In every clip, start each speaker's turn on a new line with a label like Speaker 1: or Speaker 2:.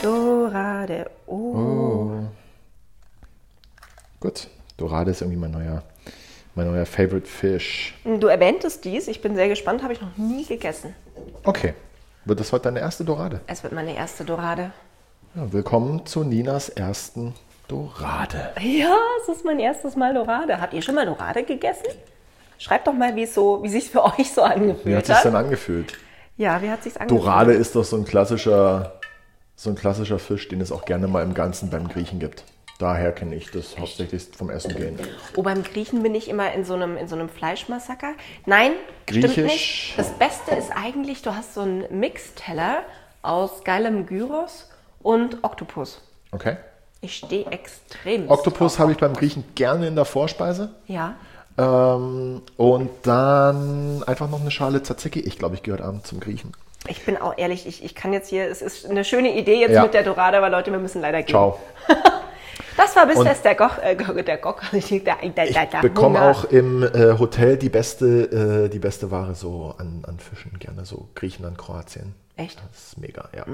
Speaker 1: Dora, der O.
Speaker 2: Gut. Dorade ist irgendwie mein neuer, mein neuer Favorite Fish.
Speaker 1: Du erwähntest dies, ich bin sehr gespannt, habe ich noch nie gegessen.
Speaker 2: Okay. Wird das heute deine erste Dorade?
Speaker 1: Es wird meine erste Dorade.
Speaker 2: Ja, willkommen zu Ninas ersten Dorade.
Speaker 1: Ja, es ist mein erstes Mal Dorade. Habt ihr schon mal Dorade gegessen? Schreibt doch mal, wie es so, wie sich für euch so
Speaker 2: Wie hat
Speaker 1: angefühlt
Speaker 2: sich's
Speaker 1: hat.
Speaker 2: denn angefühlt?
Speaker 1: Ja, wie hat sich's angefühlt?
Speaker 2: Dorade ist doch so ein klassischer, so ein klassischer Fisch, den es auch gerne mal im Ganzen beim Griechen gibt. Daher kenne ich das hauptsächlich vom Essen gehen.
Speaker 1: Oh, beim Griechen bin ich immer in so einem, in so einem Fleischmassaker. Nein, stimmt
Speaker 2: Griechisch.
Speaker 1: nicht. Das Beste ist eigentlich, du hast so einen Mixteller aus geilem Gyros und Oktopus.
Speaker 2: Okay.
Speaker 1: Ich stehe extrem.
Speaker 2: Oktopus habe ich beim Griechen gerne in der Vorspeise.
Speaker 1: Ja.
Speaker 2: Ähm, und dann einfach noch eine Schale Tzatziki. Ich glaube, ich gehört abends zum Griechen.
Speaker 1: Ich bin auch ehrlich, ich, ich kann jetzt hier, es ist eine schöne Idee jetzt
Speaker 2: Ja.
Speaker 1: mit der Dorade, aber Leute, wir müssen leider gehen.
Speaker 2: Ciao.
Speaker 1: Das war bis
Speaker 2: Und-
Speaker 1: fest der Goch, äh, der Goch, der, der, der, der
Speaker 2: Ich bekomme
Speaker 1: Äh, Hunger.
Speaker 2: auch im äh, Hotel die beste, äh, die beste Ware so an, an Fischen, gerne so Griechenland, Kroatien.
Speaker 1: Echt? Mm.
Speaker 2: Das ist mega, ja.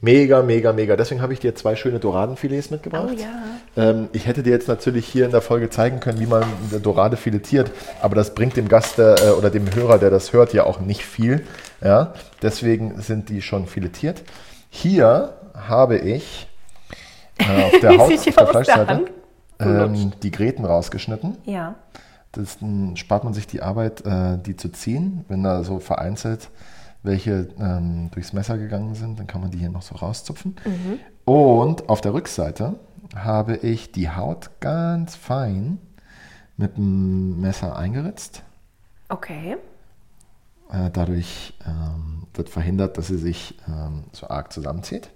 Speaker 2: Mega, mega, mega. Deswegen habe ich dir zwei schöne Doradenfilets mitgebracht.
Speaker 1: Oh
Speaker 2: ähm, ich hätte dir jetzt natürlich hier in der Folge zeigen können, wie man eine Dorade filetiert, aber das bringt dem Gast der, äh, oder dem Hörer, der das hört, ja auch nicht viel. Ja? Deswegen sind die schon filetiert. Hier habe ich äh, auf der Haut,
Speaker 1: Sieht
Speaker 2: auf
Speaker 1: die
Speaker 2: der
Speaker 1: aus der
Speaker 2: Fleischseite,
Speaker 1: Hand?
Speaker 2: ähm, die Gräten rausgeschnitten.
Speaker 1: Ja.
Speaker 2: Das m, spart man sich die Arbeit, äh, die zu ziehen. Wenn da so vereinzelt welche ähm, durchs Messer gegangen sind, dann kann man die hier noch so rauszupfen. Und auf der Rückseite habe ich die Haut ganz fein mit dem Messer eingeritzt.
Speaker 1: Okay.
Speaker 2: Äh, dadurch ähm, wird verhindert, dass sie sich ähm, so arg zusammenzieht.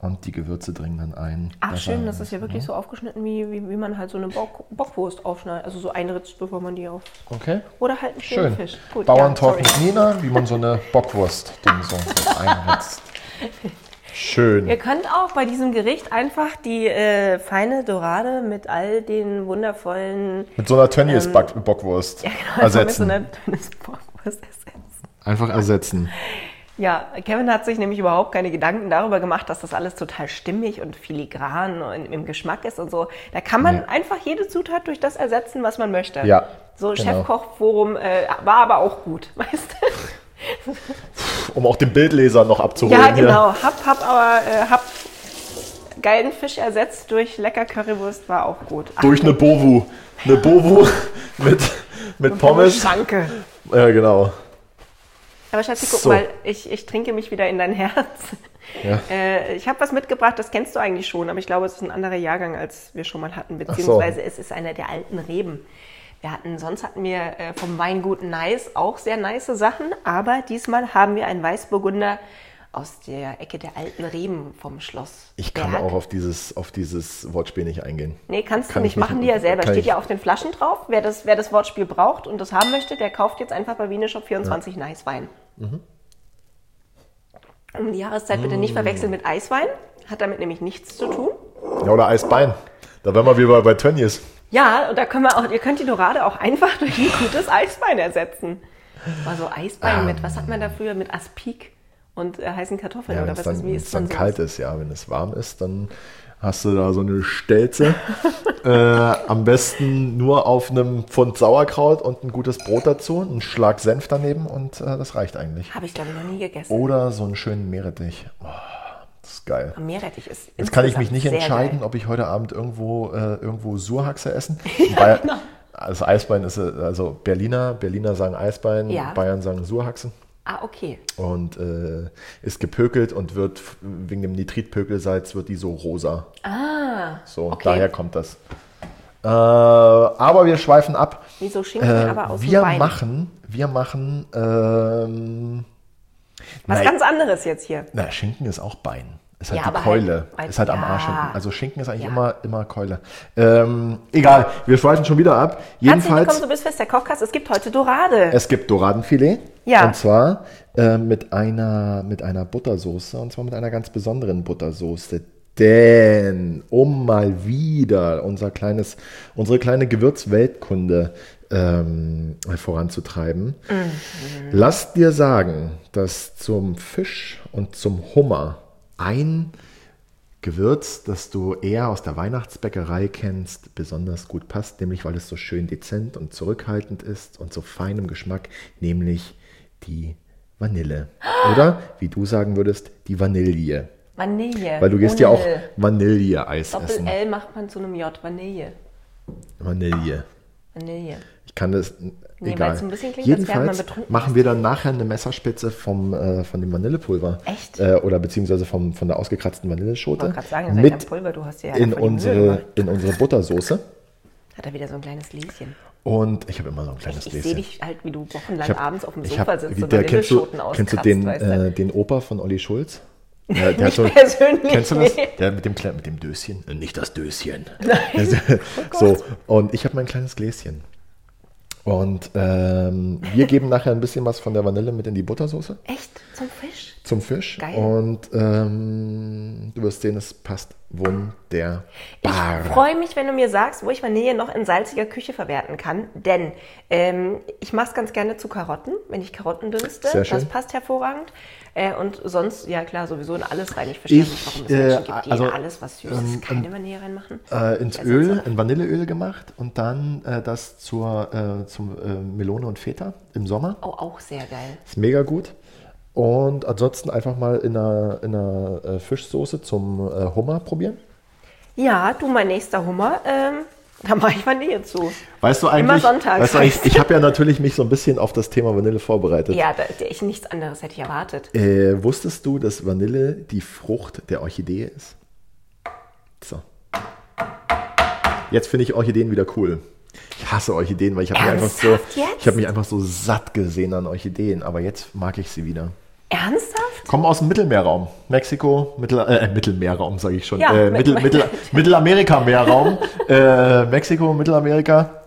Speaker 2: Und die Gewürze dringen dann ein.
Speaker 1: Ach schön,
Speaker 2: das
Speaker 1: das ist ja wirklich so aufgeschnitten, wie, wie, wie man halt so eine Bock, Bockwurst aufschneidet, also so einritzt, bevor man die auf...
Speaker 2: Okay.
Speaker 1: Oder halt einen schönen
Speaker 2: Schön.
Speaker 1: Fisch.
Speaker 2: Bauerntalk
Speaker 1: ja, sorry.
Speaker 2: mit Nina, wie man so eine Bockwurst dem so einritzt. Schön.
Speaker 1: Ihr könnt auch bei diesem Gericht einfach die äh, feine Dorade mit all den wundervollen...
Speaker 2: Mit so einer
Speaker 1: Ähm,
Speaker 2: Tönnies-Bockwurst
Speaker 1: Also mit so
Speaker 2: ersetzen.
Speaker 1: einer dünnes Bockwurst ersetzen.
Speaker 2: Einfach ersetzen.
Speaker 1: Ja, Kevin hat sich nämlich überhaupt keine Gedanken darüber gemacht, dass das alles total stimmig und filigran und im Geschmack ist und so. Da kann man
Speaker 2: Nee.
Speaker 1: einfach jede Zutat durch das ersetzen, was man möchte.
Speaker 2: Ja,
Speaker 1: So
Speaker 2: genau.
Speaker 1: Chefkochforum äh, war aber auch gut, weißt du?
Speaker 2: Um auch den Bildleser noch abzuholen.
Speaker 1: Ja, genau. Hab, hab aber äh, hab geilen Fisch ersetzt durch lecker Currywurst war auch gut. Ach,
Speaker 2: Hier. Durch eine Bovu. Eine Bovu mit, mit Pommes.
Speaker 1: Danke.
Speaker 2: Ja, genau.
Speaker 1: Aber Schatzi, guck
Speaker 2: So.
Speaker 1: mal, ich, ich trinke mich wieder in dein Herz.
Speaker 2: Ja.
Speaker 1: Äh, ich habe was mitgebracht, das kennst du eigentlich schon, aber ich glaube, es ist ein anderer Jahrgang, als wir schon mal hatten, beziehungsweise es ist einer der alten Reben. Wir hatten, sonst hatten wir äh, vom Weingut Nice auch sehr nice Sachen, aber diesmal haben wir einen Weißburgunder aus der Ecke der alten Reben vom Schloss.
Speaker 2: Ich kann
Speaker 1: Berg.
Speaker 2: auch auf dieses, auf dieses Wortspiel nicht eingehen.
Speaker 1: Nee, kannst
Speaker 2: Kann
Speaker 1: du nicht.
Speaker 2: ich nicht-
Speaker 1: Machen die ja selber.
Speaker 2: kann
Speaker 1: Steht
Speaker 2: ich-
Speaker 1: ja auf den Flaschen drauf. Wer das, wer das Wortspiel braucht und das haben möchte, der kauft jetzt einfach bei Wieneshop 24 Nice Wein.
Speaker 2: Mhm.
Speaker 1: Um die Jahreszeit bitte
Speaker 2: Mm.
Speaker 1: nicht verwechseln mit Eiswein. Hat damit nämlich nichts zu tun.
Speaker 2: Ja, oder Eisbein. Da wären wir wieder bei- bei Tönnies.
Speaker 1: Ja, und da können wir auch, ihr könnt die Dorade auch einfach durch ein gutes Eisbein ersetzen. War so Eisbein mit, was hat man da früher mit Aspik und äh, heißen Kartoffeln
Speaker 2: Ja, wenn
Speaker 1: oder
Speaker 2: es
Speaker 1: was
Speaker 2: dann,
Speaker 1: ist, wie
Speaker 2: wenn
Speaker 1: ist
Speaker 2: es dann
Speaker 1: man sowas?
Speaker 2: kalt ist, ja. Wenn es warm ist, dann hast du da so eine Stelze. äh, am besten nur auf einem Pfund Sauerkraut und ein gutes Brot dazu, einen Schlag Senf daneben und äh, das reicht eigentlich.
Speaker 1: Habe ich glaube ich noch nie gegessen.
Speaker 2: Oder so einen schönen Meerrettich. Oh, das ist geil.
Speaker 1: Meerrettich ist.
Speaker 2: Oh. Jetzt kann ich mich
Speaker 1: insgesamt
Speaker 2: nicht
Speaker 1: sehr
Speaker 2: entscheiden,
Speaker 1: geil.
Speaker 2: ob ich heute Abend irgendwo, äh, irgendwo Surhaxe essen. Weil,
Speaker 1: genau.
Speaker 2: Also Eisbein ist, äh, also Berliner, Berliner sagen Eisbein,
Speaker 1: Ja.
Speaker 2: Bayern sagen Surhaxen.
Speaker 1: Ah, okay.
Speaker 2: und äh, ist gepökelt und wird f- wegen dem Nitritpökelsalz wird die so rosa.
Speaker 1: Ah,
Speaker 2: So,
Speaker 1: okay.
Speaker 2: daher kommt das. Äh, aber wir schweifen ab.
Speaker 1: Wieso Schinken,
Speaker 2: Äh,
Speaker 1: aber aus dem
Speaker 2: wir
Speaker 1: Bein?
Speaker 2: machen, wir machen ähm,
Speaker 1: Was
Speaker 2: Nein.
Speaker 1: ganz anderes jetzt hier.
Speaker 2: Na, Schinken ist auch Bein. Ist halt
Speaker 1: Ja,
Speaker 2: die
Speaker 1: aber
Speaker 2: Keule.
Speaker 1: halt- halt-
Speaker 2: ist halt am
Speaker 1: ja.
Speaker 2: Arsch hinten. Also Schinken ist eigentlich
Speaker 1: Ja.
Speaker 2: immer, immer Keule. Ähm, egal, wir schweifen schon wieder ab.
Speaker 1: Herzlich willkommen
Speaker 2: Jedenfalls,
Speaker 1: zu Bissfest, der Kochkast. Es gibt heute Dorade.
Speaker 2: es gibt Doradenfilet.
Speaker 1: Äh, Ja.
Speaker 2: Und zwar äh, mit, einer, mit einer Buttersoße. Und zwar mit einer ganz besonderen Buttersoße. Denn, um mal wieder unser kleines, unsere kleine Gewürzweltkunde ähm, voranzutreiben, Lass dir sagen, dass zum Fisch und zum Hummer ein Gewürz, das du eher aus der Weihnachtsbäckerei kennst, besonders gut passt, nämlich weil es so schön dezent und zurückhaltend ist und so fein im Geschmack, nämlich die Vanille. Oder, wie du sagen würdest, die Vanille.
Speaker 1: Vanille.
Speaker 2: Weil du gehst ja auch
Speaker 1: Vanille.
Speaker 2: Vanilleeis
Speaker 1: Doppel
Speaker 2: essen.
Speaker 1: L macht man zu einem J. Vanille.
Speaker 2: Vanille.
Speaker 1: Vanille.
Speaker 2: Ich kann das.
Speaker 1: Nee,
Speaker 2: egal.
Speaker 1: weil's so ein bisschen klingt, als wäre man
Speaker 2: Jedenfalls
Speaker 1: betrunken.
Speaker 2: machen wir dann nachher eine Messerspitze vom, äh, von dem Vanillepulver.
Speaker 1: Echt?
Speaker 2: Äh, oder beziehungsweise vom, von der ausgekratzten Vanilleschote.
Speaker 1: wollte gerade sagen, das ist ja
Speaker 2: mit
Speaker 1: kein Pulver, du hast ja
Speaker 2: in,
Speaker 1: von den Mühlen
Speaker 2: unsere,
Speaker 1: gemacht.
Speaker 2: in unsere Buttersoße.
Speaker 1: Hat er wieder so ein kleines Gläschen.
Speaker 2: Und ich habe immer so ein kleines
Speaker 1: Ich sehe
Speaker 2: Gläschen.
Speaker 1: dich halt, wie du wochenlang
Speaker 2: Ich hab-
Speaker 1: abends auf dem
Speaker 2: ich
Speaker 1: Sofa
Speaker 2: hab-
Speaker 1: sitzt
Speaker 2: wie
Speaker 1: und
Speaker 2: der- kennst du,
Speaker 1: Vanilleschoten
Speaker 2: kennst du
Speaker 1: auskratzt,
Speaker 2: den,
Speaker 1: weißt du?
Speaker 2: äh, den Opa von Olli Schulz? Ja, der hat so,
Speaker 1: persönlich,
Speaker 2: Kennst du das?
Speaker 1: nee.
Speaker 2: Der mit dem, Kle- mit dem Döschen. Äh, Nicht das Döschen. Also,
Speaker 1: Oh
Speaker 2: so, und ich habe mein kleines Gläschen. Und ähm, wir geben nachher ein bisschen was von der Vanille mit in die Buttersoße
Speaker 1: Echt? Zum Fisch?
Speaker 2: zum Fisch.
Speaker 1: Geil.
Speaker 2: Und ähm, du wirst sehen, es passt wunderbar.
Speaker 1: Ich freue mich, wenn du mir sagst, wo ich Vanille noch in salziger Küche verwerten kann, denn ähm, ich mache es ganz gerne zu Karotten, wenn ich Karotten dünste.
Speaker 2: Sehr schön.
Speaker 1: Das passt hervorragend. Äh, und sonst, ja klar, sowieso in alles rein. Ich verstehe nicht,
Speaker 2: Ich,
Speaker 1: warum es
Speaker 2: äh,
Speaker 1: Menschen gibt, die
Speaker 2: also,
Speaker 1: in alles, was süß
Speaker 2: ähm,
Speaker 1: ist, keine Vanille reinmachen.
Speaker 2: äh, ins
Speaker 1: Ja,
Speaker 2: Öl,
Speaker 1: sonst
Speaker 2: in Vanilleöl gemacht und dann äh, das zur, äh, zum äh, Melone und Feta im Sommer.
Speaker 1: auch- Oh, auch sehr geil.
Speaker 2: Ist mega gut. Und ansonsten einfach mal in einer, in einer äh, Fischsoße zum äh, Hummer probieren.
Speaker 1: Ja, du, mein nächster Hummer, ähm, da mache ich Vanille zu.
Speaker 2: Weißt du eigentlich,
Speaker 1: Immer sonntags.
Speaker 2: Weißt du eigentlich, ich habe ja natürlich mich so ein bisschen auf das Thema Vanille vorbereitet.
Speaker 1: Ja, da, ich nichts anderes hätte ich erwartet.
Speaker 2: Äh, wusstest du, dass Vanille die Frucht der Orchidee ist? So. Jetzt finde ich Orchideen wieder cool. Ich hasse Orchideen, weil ich habe mich, einfach so,
Speaker 1: Ernsthaft jetzt?
Speaker 2: ich habe mich einfach so satt gesehen an Orchideen. Aber jetzt mag ich sie wieder.
Speaker 1: Ernsthaft?
Speaker 2: Kommen aus dem Mittelmeerraum. Mexiko, Mittel, äh, Mittelmeerraum sage ich schon.
Speaker 1: Ja,
Speaker 2: äh,
Speaker 1: mit-
Speaker 2: Mittel, Mittel, Mittelamerika-Meerraum. äh, Mexiko, Mittelamerika.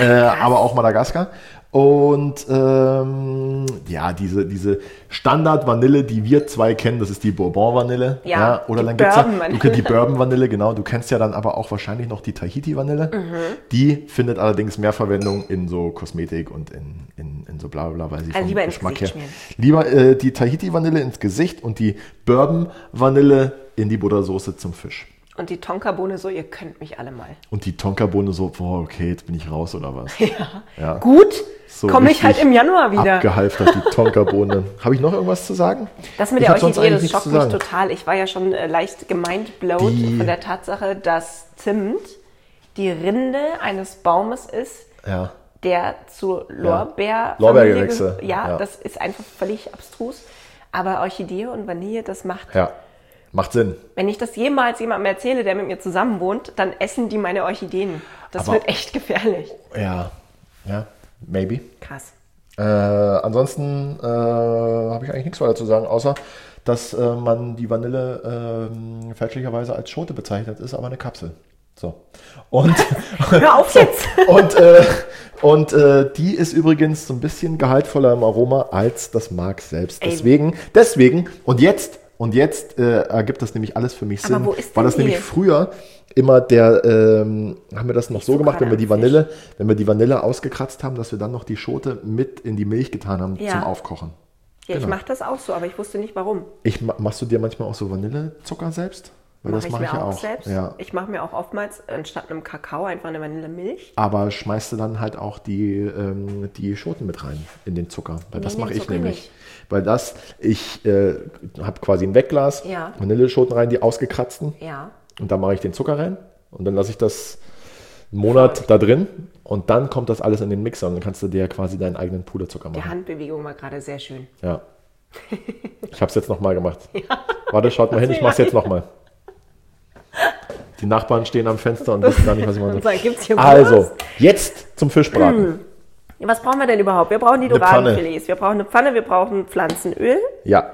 Speaker 2: Äh, aber auch Madagaskar. Und ähm, ja, diese, diese Standard-Vanille, die wir zwei kennen, das ist die Bourbon-Vanille.
Speaker 1: Ja,
Speaker 2: oder
Speaker 1: die
Speaker 2: dann gibt's ja du,
Speaker 1: Bourbon-Vanille.
Speaker 2: kennst die Bourbon-Vanille, genau. Du kennst ja dann aber auch wahrscheinlich noch die Tahiti-Vanille.
Speaker 1: Mhm.
Speaker 2: Die findet allerdings mehr Verwendung in so Kosmetik und in, in, in so bla bla bla, weil sie
Speaker 1: Also
Speaker 2: vom
Speaker 1: lieber ins
Speaker 2: Geschmack her.
Speaker 1: Gesicht
Speaker 2: Lieber äh, die Tahiti-Vanille ins Gesicht und die Bourbon-Vanille in die Buttersoße zum Fisch.
Speaker 1: Und die Tonkabohne so, ihr könnt mich alle mal.
Speaker 2: Und die Tonkabohne so, boah, okay, jetzt bin ich raus oder was?
Speaker 1: Ja.
Speaker 2: Ja.
Speaker 1: Gut,
Speaker 2: So
Speaker 1: komme ich
Speaker 2: richtig
Speaker 1: halt im Januar wieder.
Speaker 2: Abgehalftert, die Tonkabohne. Habe ich noch irgendwas zu sagen?
Speaker 1: Das mit
Speaker 2: Ich
Speaker 1: der
Speaker 2: hab sonst
Speaker 1: Orchidee, das
Speaker 2: eigentlich
Speaker 1: schockt
Speaker 2: nichts
Speaker 1: mich
Speaker 2: zu sagen.
Speaker 1: total. Ich war ja schon äh, leicht gemindblowt
Speaker 2: Die-
Speaker 1: von der Tatsache, dass Zimt die Rinde eines Baumes ist,
Speaker 2: Ja.
Speaker 1: der zu Lorbeer.
Speaker 2: Lorbeergewächse,
Speaker 1: Ja,
Speaker 2: ja.
Speaker 1: das ist einfach völlig abstrus. Aber Orchidee und Vanille, das macht.
Speaker 2: ja, macht Sinn.
Speaker 1: Wenn ich das jemals jemandem erzähle, der mit mir zusammen wohnt, dann essen die meine Orchideen. Das
Speaker 2: Aber-
Speaker 1: wird echt gefährlich.
Speaker 2: Ja, ja, maybe.
Speaker 1: Krass.
Speaker 2: Äh, ansonsten äh, habe ich eigentlich nichts weiter zu sagen, außer dass äh, man die Vanille ähm, fälschlicherweise als Schote bezeichnet, ist aber eine Kapsel. So. Und,
Speaker 1: Hör auf jetzt!
Speaker 2: und, äh, und äh, die ist übrigens so ein bisschen gehaltvoller im Aroma als das Mark selbst.
Speaker 1: Ey.
Speaker 2: Deswegen, deswegen, und jetzt, und jetzt äh, ergibt das nämlich alles für mich
Speaker 1: Aber
Speaker 2: Sinn.
Speaker 1: wo ist
Speaker 2: war
Speaker 1: denn
Speaker 2: das nämlich
Speaker 1: die?
Speaker 2: früher immer der, ähm, haben wir das noch so
Speaker 1: so
Speaker 2: gemacht, wenn
Speaker 1: gerade
Speaker 2: wir die
Speaker 1: am
Speaker 2: Vanille, wenn wir die Vanille ausgekratzt haben, dass wir dann noch die Schote mit in die Milch getan haben
Speaker 1: Ja.
Speaker 2: zum Aufkochen.
Speaker 1: Ja, ich
Speaker 2: Genau.
Speaker 1: mache das auch so, aber ich wusste nicht warum.
Speaker 2: Ich, ma- machst du dir manchmal auch so Vanillezucker selbst? Weil
Speaker 1: Mache
Speaker 2: das
Speaker 1: ich
Speaker 2: mache
Speaker 1: mir
Speaker 2: ich ja
Speaker 1: auch,
Speaker 2: auch.
Speaker 1: selbst.
Speaker 2: Ja.
Speaker 1: Ich mache mir auch oftmals anstatt einem Kakao einfach eine Vanillemilch.
Speaker 2: Aber schmeißt du dann halt auch die, ähm, die Schoten mit rein in den Zucker? Weil das
Speaker 1: in den
Speaker 2: mache ich
Speaker 1: Zucker
Speaker 2: nämlich.
Speaker 1: nicht.
Speaker 2: Weil das, ich äh, habe quasi ein Wegglas,
Speaker 1: Ja.
Speaker 2: Vanilleschoten rein, die ausgekratzten.
Speaker 1: Ja.
Speaker 2: Und da mache ich den Zucker rein. Und dann lasse ich das einen Monat da drin. Und dann kommt das alles in den Mixer. Und dann kannst du dir quasi deinen eigenen Puderzucker
Speaker 1: Die
Speaker 2: machen.
Speaker 1: Handbewegung war gerade sehr schön.
Speaker 2: Ja. Ich habe es jetzt nochmal gemacht. Warte, schaut mal hin, ich mache es jetzt nochmal. Die Nachbarn stehen am Fenster und wissen gar nicht, was ich
Speaker 1: Und
Speaker 2: mache.
Speaker 1: sagen, gibt's hier
Speaker 2: Also,
Speaker 1: was?
Speaker 2: jetzt zum Fischbraten.
Speaker 1: Ja, was brauchen wir denn überhaupt? Wir brauchen die
Speaker 2: Eine
Speaker 1: Doradenfilets. Wir brauchen eine Pfanne, wir brauchen Pflanzenöl.
Speaker 2: Ja.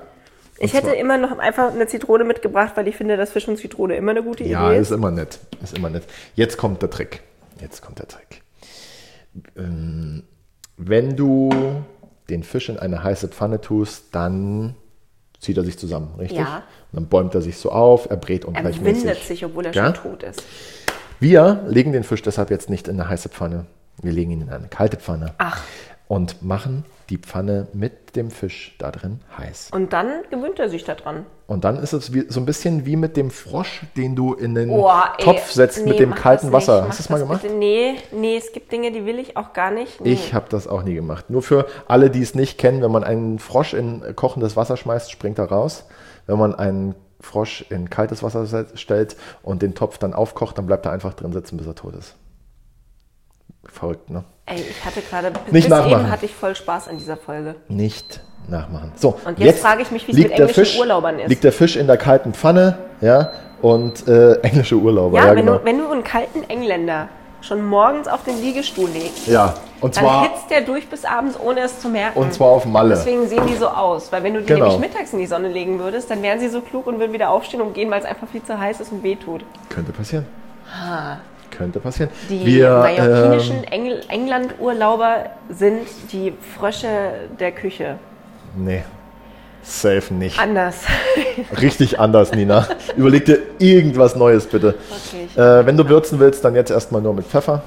Speaker 1: Ich hätte immer noch einfach eine Zitrone mitgebracht, weil ich finde, dass Fisch und Zitrone immer eine gute
Speaker 2: Ja,
Speaker 1: Idee
Speaker 2: ist
Speaker 1: ist.
Speaker 2: immer nett. Ist immer nett. Jetzt kommt der Trick. Jetzt kommt der Trick. Ähm, wenn du den Fisch in eine heiße Pfanne tust, dann zieht er sich zusammen, richtig?
Speaker 1: Ja.
Speaker 2: Und dann bäumt er sich so auf, er brät
Speaker 1: Er
Speaker 2: ungleichmäßig.
Speaker 1: windet sich, obwohl er
Speaker 2: Ja?
Speaker 1: schon tot ist.
Speaker 2: Wir legen den Fisch deshalb jetzt nicht in eine heiße Pfanne. Wir legen ihn in eine kalte Pfanne.
Speaker 1: Ach.
Speaker 2: Und machen die Pfanne mit dem Fisch da drin heiß.
Speaker 1: Und dann gewöhnt er sich daran.
Speaker 2: Und dann ist es wie, so ein bisschen wie mit dem Frosch, den du in den
Speaker 1: Boah, Oh, ey,
Speaker 2: Oh, Topf setzt
Speaker 1: nee,
Speaker 2: mit dem
Speaker 1: mach
Speaker 2: kalten
Speaker 1: das
Speaker 2: Wasser.
Speaker 1: nicht, mach
Speaker 2: Hast du das mal gemacht?
Speaker 1: Bitte. Nee, nee, es gibt Dinge, die will ich auch gar nicht. Nee.
Speaker 2: Ich habe das auch nie gemacht. Nur für alle, die es nicht kennen, wenn man einen Frosch in kochendes Wasser schmeißt, springt er raus. Wenn man einen Frosch in kaltes Wasser se- stellt und den Topf dann aufkocht, dann bleibt er einfach drin sitzen, bis er tot ist. Verrückt, ne?
Speaker 1: Ey, ich hatte gerade bis
Speaker 2: Nicht nachmachen.
Speaker 1: eben hatte ich voll Spaß an dieser Folge.
Speaker 2: Nicht nachmachen. So,
Speaker 1: Und jetzt frage ich mich, wie es
Speaker 2: liegt
Speaker 1: mit
Speaker 2: der
Speaker 1: englischen
Speaker 2: Fisch,
Speaker 1: Urlaubern ist.
Speaker 2: Liegt der Fisch in der kalten Pfanne, ja, und äh, englische Urlauber,
Speaker 1: Ja,
Speaker 2: ja,
Speaker 1: wenn,
Speaker 2: genau.
Speaker 1: du, wenn du einen kalten Engländer schon morgens auf den Liegestuhl legst,
Speaker 2: ja, und
Speaker 1: dann
Speaker 2: zwar,
Speaker 1: hitzt der durch bis abends, ohne es zu merken.
Speaker 2: und zwar auf Malle.
Speaker 1: Deswegen sehen die so aus, weil wenn du die
Speaker 2: Genau.
Speaker 1: nämlich mittags in die Sonne legen würdest, dann wären sie so klug und würden wieder aufstehen und gehen, weil es einfach viel zu heiß ist und wehtut.
Speaker 2: Könnte passieren. Könnte passieren.
Speaker 1: Die
Speaker 2: Wir, ähm,
Speaker 1: mallorquinischen Engl England-Urlauber sind die Frösche der Küche.
Speaker 2: Ähm, nee, safe nicht.
Speaker 1: Anders.
Speaker 2: Richtig anders, Nina. Überleg dir irgendwas Neues, bitte.
Speaker 1: Okay, ich-
Speaker 2: Äh, wenn du würzen willst, dann jetzt erstmal nur mit Pfeffer.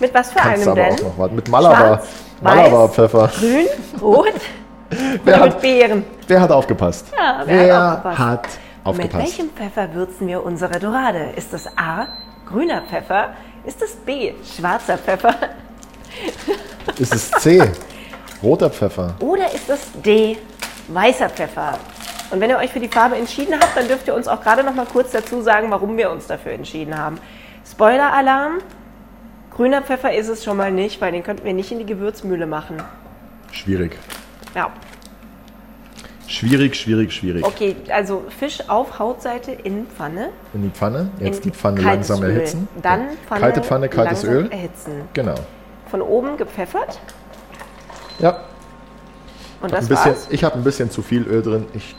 Speaker 1: Mit was für
Speaker 2: Kannst
Speaker 1: einem
Speaker 2: aber
Speaker 1: denn?
Speaker 2: auch noch warten. Mit Malabar.
Speaker 1: Schwarz,
Speaker 2: Malabar
Speaker 1: weiß,
Speaker 2: Pfeffer.
Speaker 1: Grün, rot
Speaker 2: Wer
Speaker 1: oder mit
Speaker 2: hat,
Speaker 1: Beeren?
Speaker 2: wer hat aufgepasst?
Speaker 1: Ja, wer hat
Speaker 2: wer
Speaker 1: aufgepasst?
Speaker 2: hat
Speaker 1: Mit
Speaker 2: aufgepasst?
Speaker 1: welchem Pfeffer würzen wir unsere Dorade? Ist es A, grüner Pfeffer? Ist es B, schwarzer Pfeffer?
Speaker 2: Ist es C? Roter Pfeffer.
Speaker 1: Oder ist es D, weißer Pfeffer? Und wenn ihr euch für die Farbe entschieden habt, dann dürft ihr uns auch gerade noch mal kurz dazu sagen, warum wir uns dafür entschieden haben. Spoiler-Alarm, grüner Pfeffer ist es schon mal nicht, weil den könnten wir nicht in die Gewürzmühle machen.
Speaker 2: Schwierig.
Speaker 1: Ja,
Speaker 2: Schwierig, schwierig, schwierig.
Speaker 1: okay, also Fisch auf Hautseite in Pfanne.
Speaker 2: In die Pfanne. Jetzt
Speaker 1: in
Speaker 2: die Pfanne
Speaker 1: kaltes
Speaker 2: langsam
Speaker 1: Öl.
Speaker 2: erhitzen.
Speaker 1: Dann Pfanne
Speaker 2: Kalte Pfanne, kaltes
Speaker 1: langsam
Speaker 2: Öl.
Speaker 1: erhitzen.
Speaker 2: Genau.
Speaker 1: Von oben gepfeffert
Speaker 2: Ja.
Speaker 1: und
Speaker 2: Ein
Speaker 1: das
Speaker 2: bisschen,
Speaker 1: war's.
Speaker 2: ich habe ein bisschen zu viel Öl drin. Ich,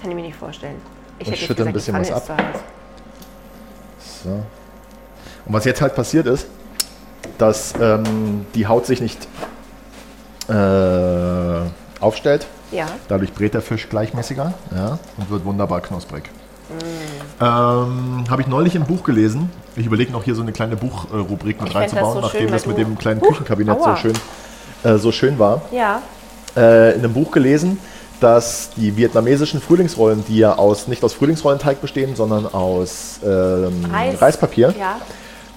Speaker 1: Kann ich mir nicht vorstellen. Ich
Speaker 2: Und
Speaker 1: jetzt
Speaker 2: schüttel ein
Speaker 1: gesagt, die
Speaker 2: bisschen
Speaker 1: Pfanne
Speaker 2: was
Speaker 1: ist
Speaker 2: ab.
Speaker 1: zu heiß.
Speaker 2: so. Und was jetzt halt passiert ist, dass ähm, die Haut sich nicht äh, aufstellt.
Speaker 1: Ja,
Speaker 2: Dadurch brät der Fisch gleichmäßiger ja, und wird wunderbar knusprig.
Speaker 1: Mm.
Speaker 2: Ähm, Habe ich neulich im Buch gelesen. Ich überlege noch hier so eine kleine Buchrubrik mit
Speaker 1: Ich fänd das
Speaker 2: reinzubauen,
Speaker 1: so
Speaker 2: nachdem
Speaker 1: schön,
Speaker 2: das
Speaker 1: weil
Speaker 2: mit
Speaker 1: du-
Speaker 2: dem kleinen
Speaker 1: Huch,
Speaker 2: Küchenkabinett so
Speaker 1: aua.
Speaker 2: schön, äh, so schön war.
Speaker 1: ja.
Speaker 2: äh, in einem Buch gelesen, dass die vietnamesischen Frühlingsrollen, die ja aus, nicht aus Frühlingsrollenteig bestehen, sondern aus ähm,
Speaker 1: Reis.
Speaker 2: Reispapier,
Speaker 1: Ja,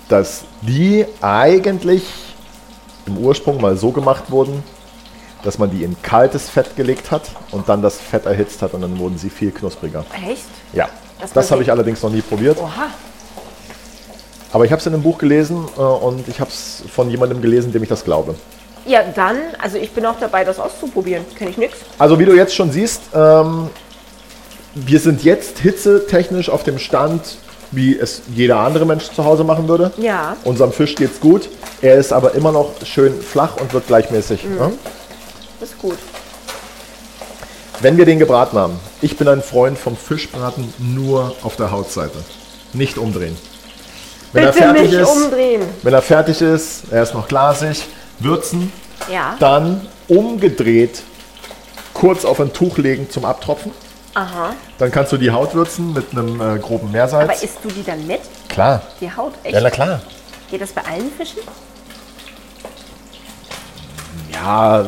Speaker 2: dass die eigentlich im Ursprung mal so gemacht wurden, dass man die in kaltes Fett gelegt hat und dann das Fett erhitzt hat und dann wurden sie viel knuspriger.
Speaker 1: echt?
Speaker 2: Ja, das,
Speaker 1: Das
Speaker 2: habe
Speaker 1: muss ich-
Speaker 2: ich allerdings noch nie probiert.
Speaker 1: Oha.
Speaker 2: Aber ich habe es in einem Buch gelesen äh, und ich habe es von jemandem gelesen, dem ich das glaube.
Speaker 1: Ja, dann, also ich bin auch dabei, das auszuprobieren. Kenne ich nichts.
Speaker 2: Also wie du jetzt schon siehst, ähm, wir sind jetzt hitzetechnisch auf dem Stand, wie es jeder andere Mensch zu Hause machen würde.
Speaker 1: Ja.
Speaker 2: Unserem Fisch geht's gut. Er ist aber immer noch schön flach und wird gleichmäßig.
Speaker 1: Mhm.
Speaker 2: Ne?
Speaker 1: Ist gut.
Speaker 2: Wenn wir den gebraten haben, ich bin ein Freund vom Fischbraten nur auf der Hautseite. Nicht umdrehen. Wenn
Speaker 1: Bitte nicht umdrehen.
Speaker 2: Wenn er fertig ist, er ist noch glasig, würzen,
Speaker 1: Ja.
Speaker 2: dann umgedreht kurz auf ein Tuch legen zum Abtropfen.
Speaker 1: Aha.
Speaker 2: Dann kannst du die Haut würzen mit einem äh, groben
Speaker 1: Aber
Speaker 2: Meersalz.
Speaker 1: isst du die dann mit?
Speaker 2: klar.
Speaker 1: Die Haut, echt?
Speaker 2: Ja, na klar.
Speaker 1: Geht das bei allen Fischen?
Speaker 2: Ja,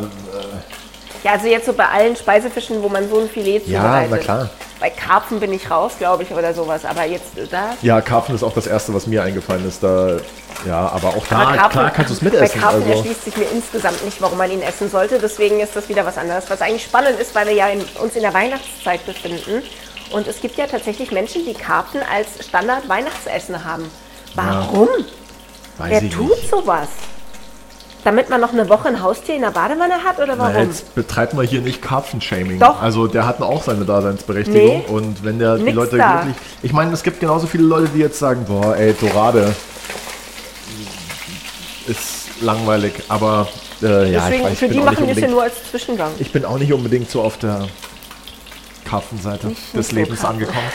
Speaker 1: Ja, also jetzt so bei allen Speisefischen, wo man so ein Filet
Speaker 2: Ja,
Speaker 1: zubereitet.
Speaker 2: na klar.
Speaker 1: Bei Karpfen bin ich raus, glaube ich, oder sowas. Aber jetzt äh, da.
Speaker 2: ja, Karpfen ist auch das Erste, was mir eingefallen ist. Da, ja, aber auch da,
Speaker 1: Aber Karpfen-
Speaker 2: klar kannst du es
Speaker 1: Bei
Speaker 2: mitessen.
Speaker 1: Karpfen
Speaker 2: Also,
Speaker 1: erschließt sich mir insgesamt nicht, warum man ihn essen sollte. Deswegen ist das wieder was anderes. Was eigentlich spannend ist, weil wir ja in, uns in der Weihnachtszeit befinden. Und es gibt ja tatsächlich Menschen, die Karpfen als Standard-Weihnachtsessen haben. Warum?
Speaker 2: weiß
Speaker 1: Wer tut sowas? Damit man noch eine Woche ein Haustier in der Badewanne hat oder
Speaker 2: Na,
Speaker 1: warum?
Speaker 2: jetzt betreibt man hier nicht Karpfenshaming.
Speaker 1: Doch.
Speaker 2: Also der hat auch seine Daseinsberechtigung.
Speaker 1: Nee.
Speaker 2: Und wenn der die
Speaker 1: Nix
Speaker 2: Leute
Speaker 1: da.
Speaker 2: wirklich. Ich meine, es gibt genauso viele Leute, die jetzt sagen, boah, ey, Dorade ist langweilig. Aber Äh, ja, ich
Speaker 1: Deswegen,
Speaker 2: weiß, ich
Speaker 1: für
Speaker 2: bin
Speaker 1: die machen
Speaker 2: auch nicht
Speaker 1: wir es ja
Speaker 2: unbedingt-
Speaker 1: nur als Zwischengang.
Speaker 2: Ich bin auch nicht unbedingt so auf der Karpfenseite
Speaker 1: Nicht-
Speaker 2: des
Speaker 1: nicht so
Speaker 2: Lebens
Speaker 1: Karpfen.
Speaker 2: angekommen.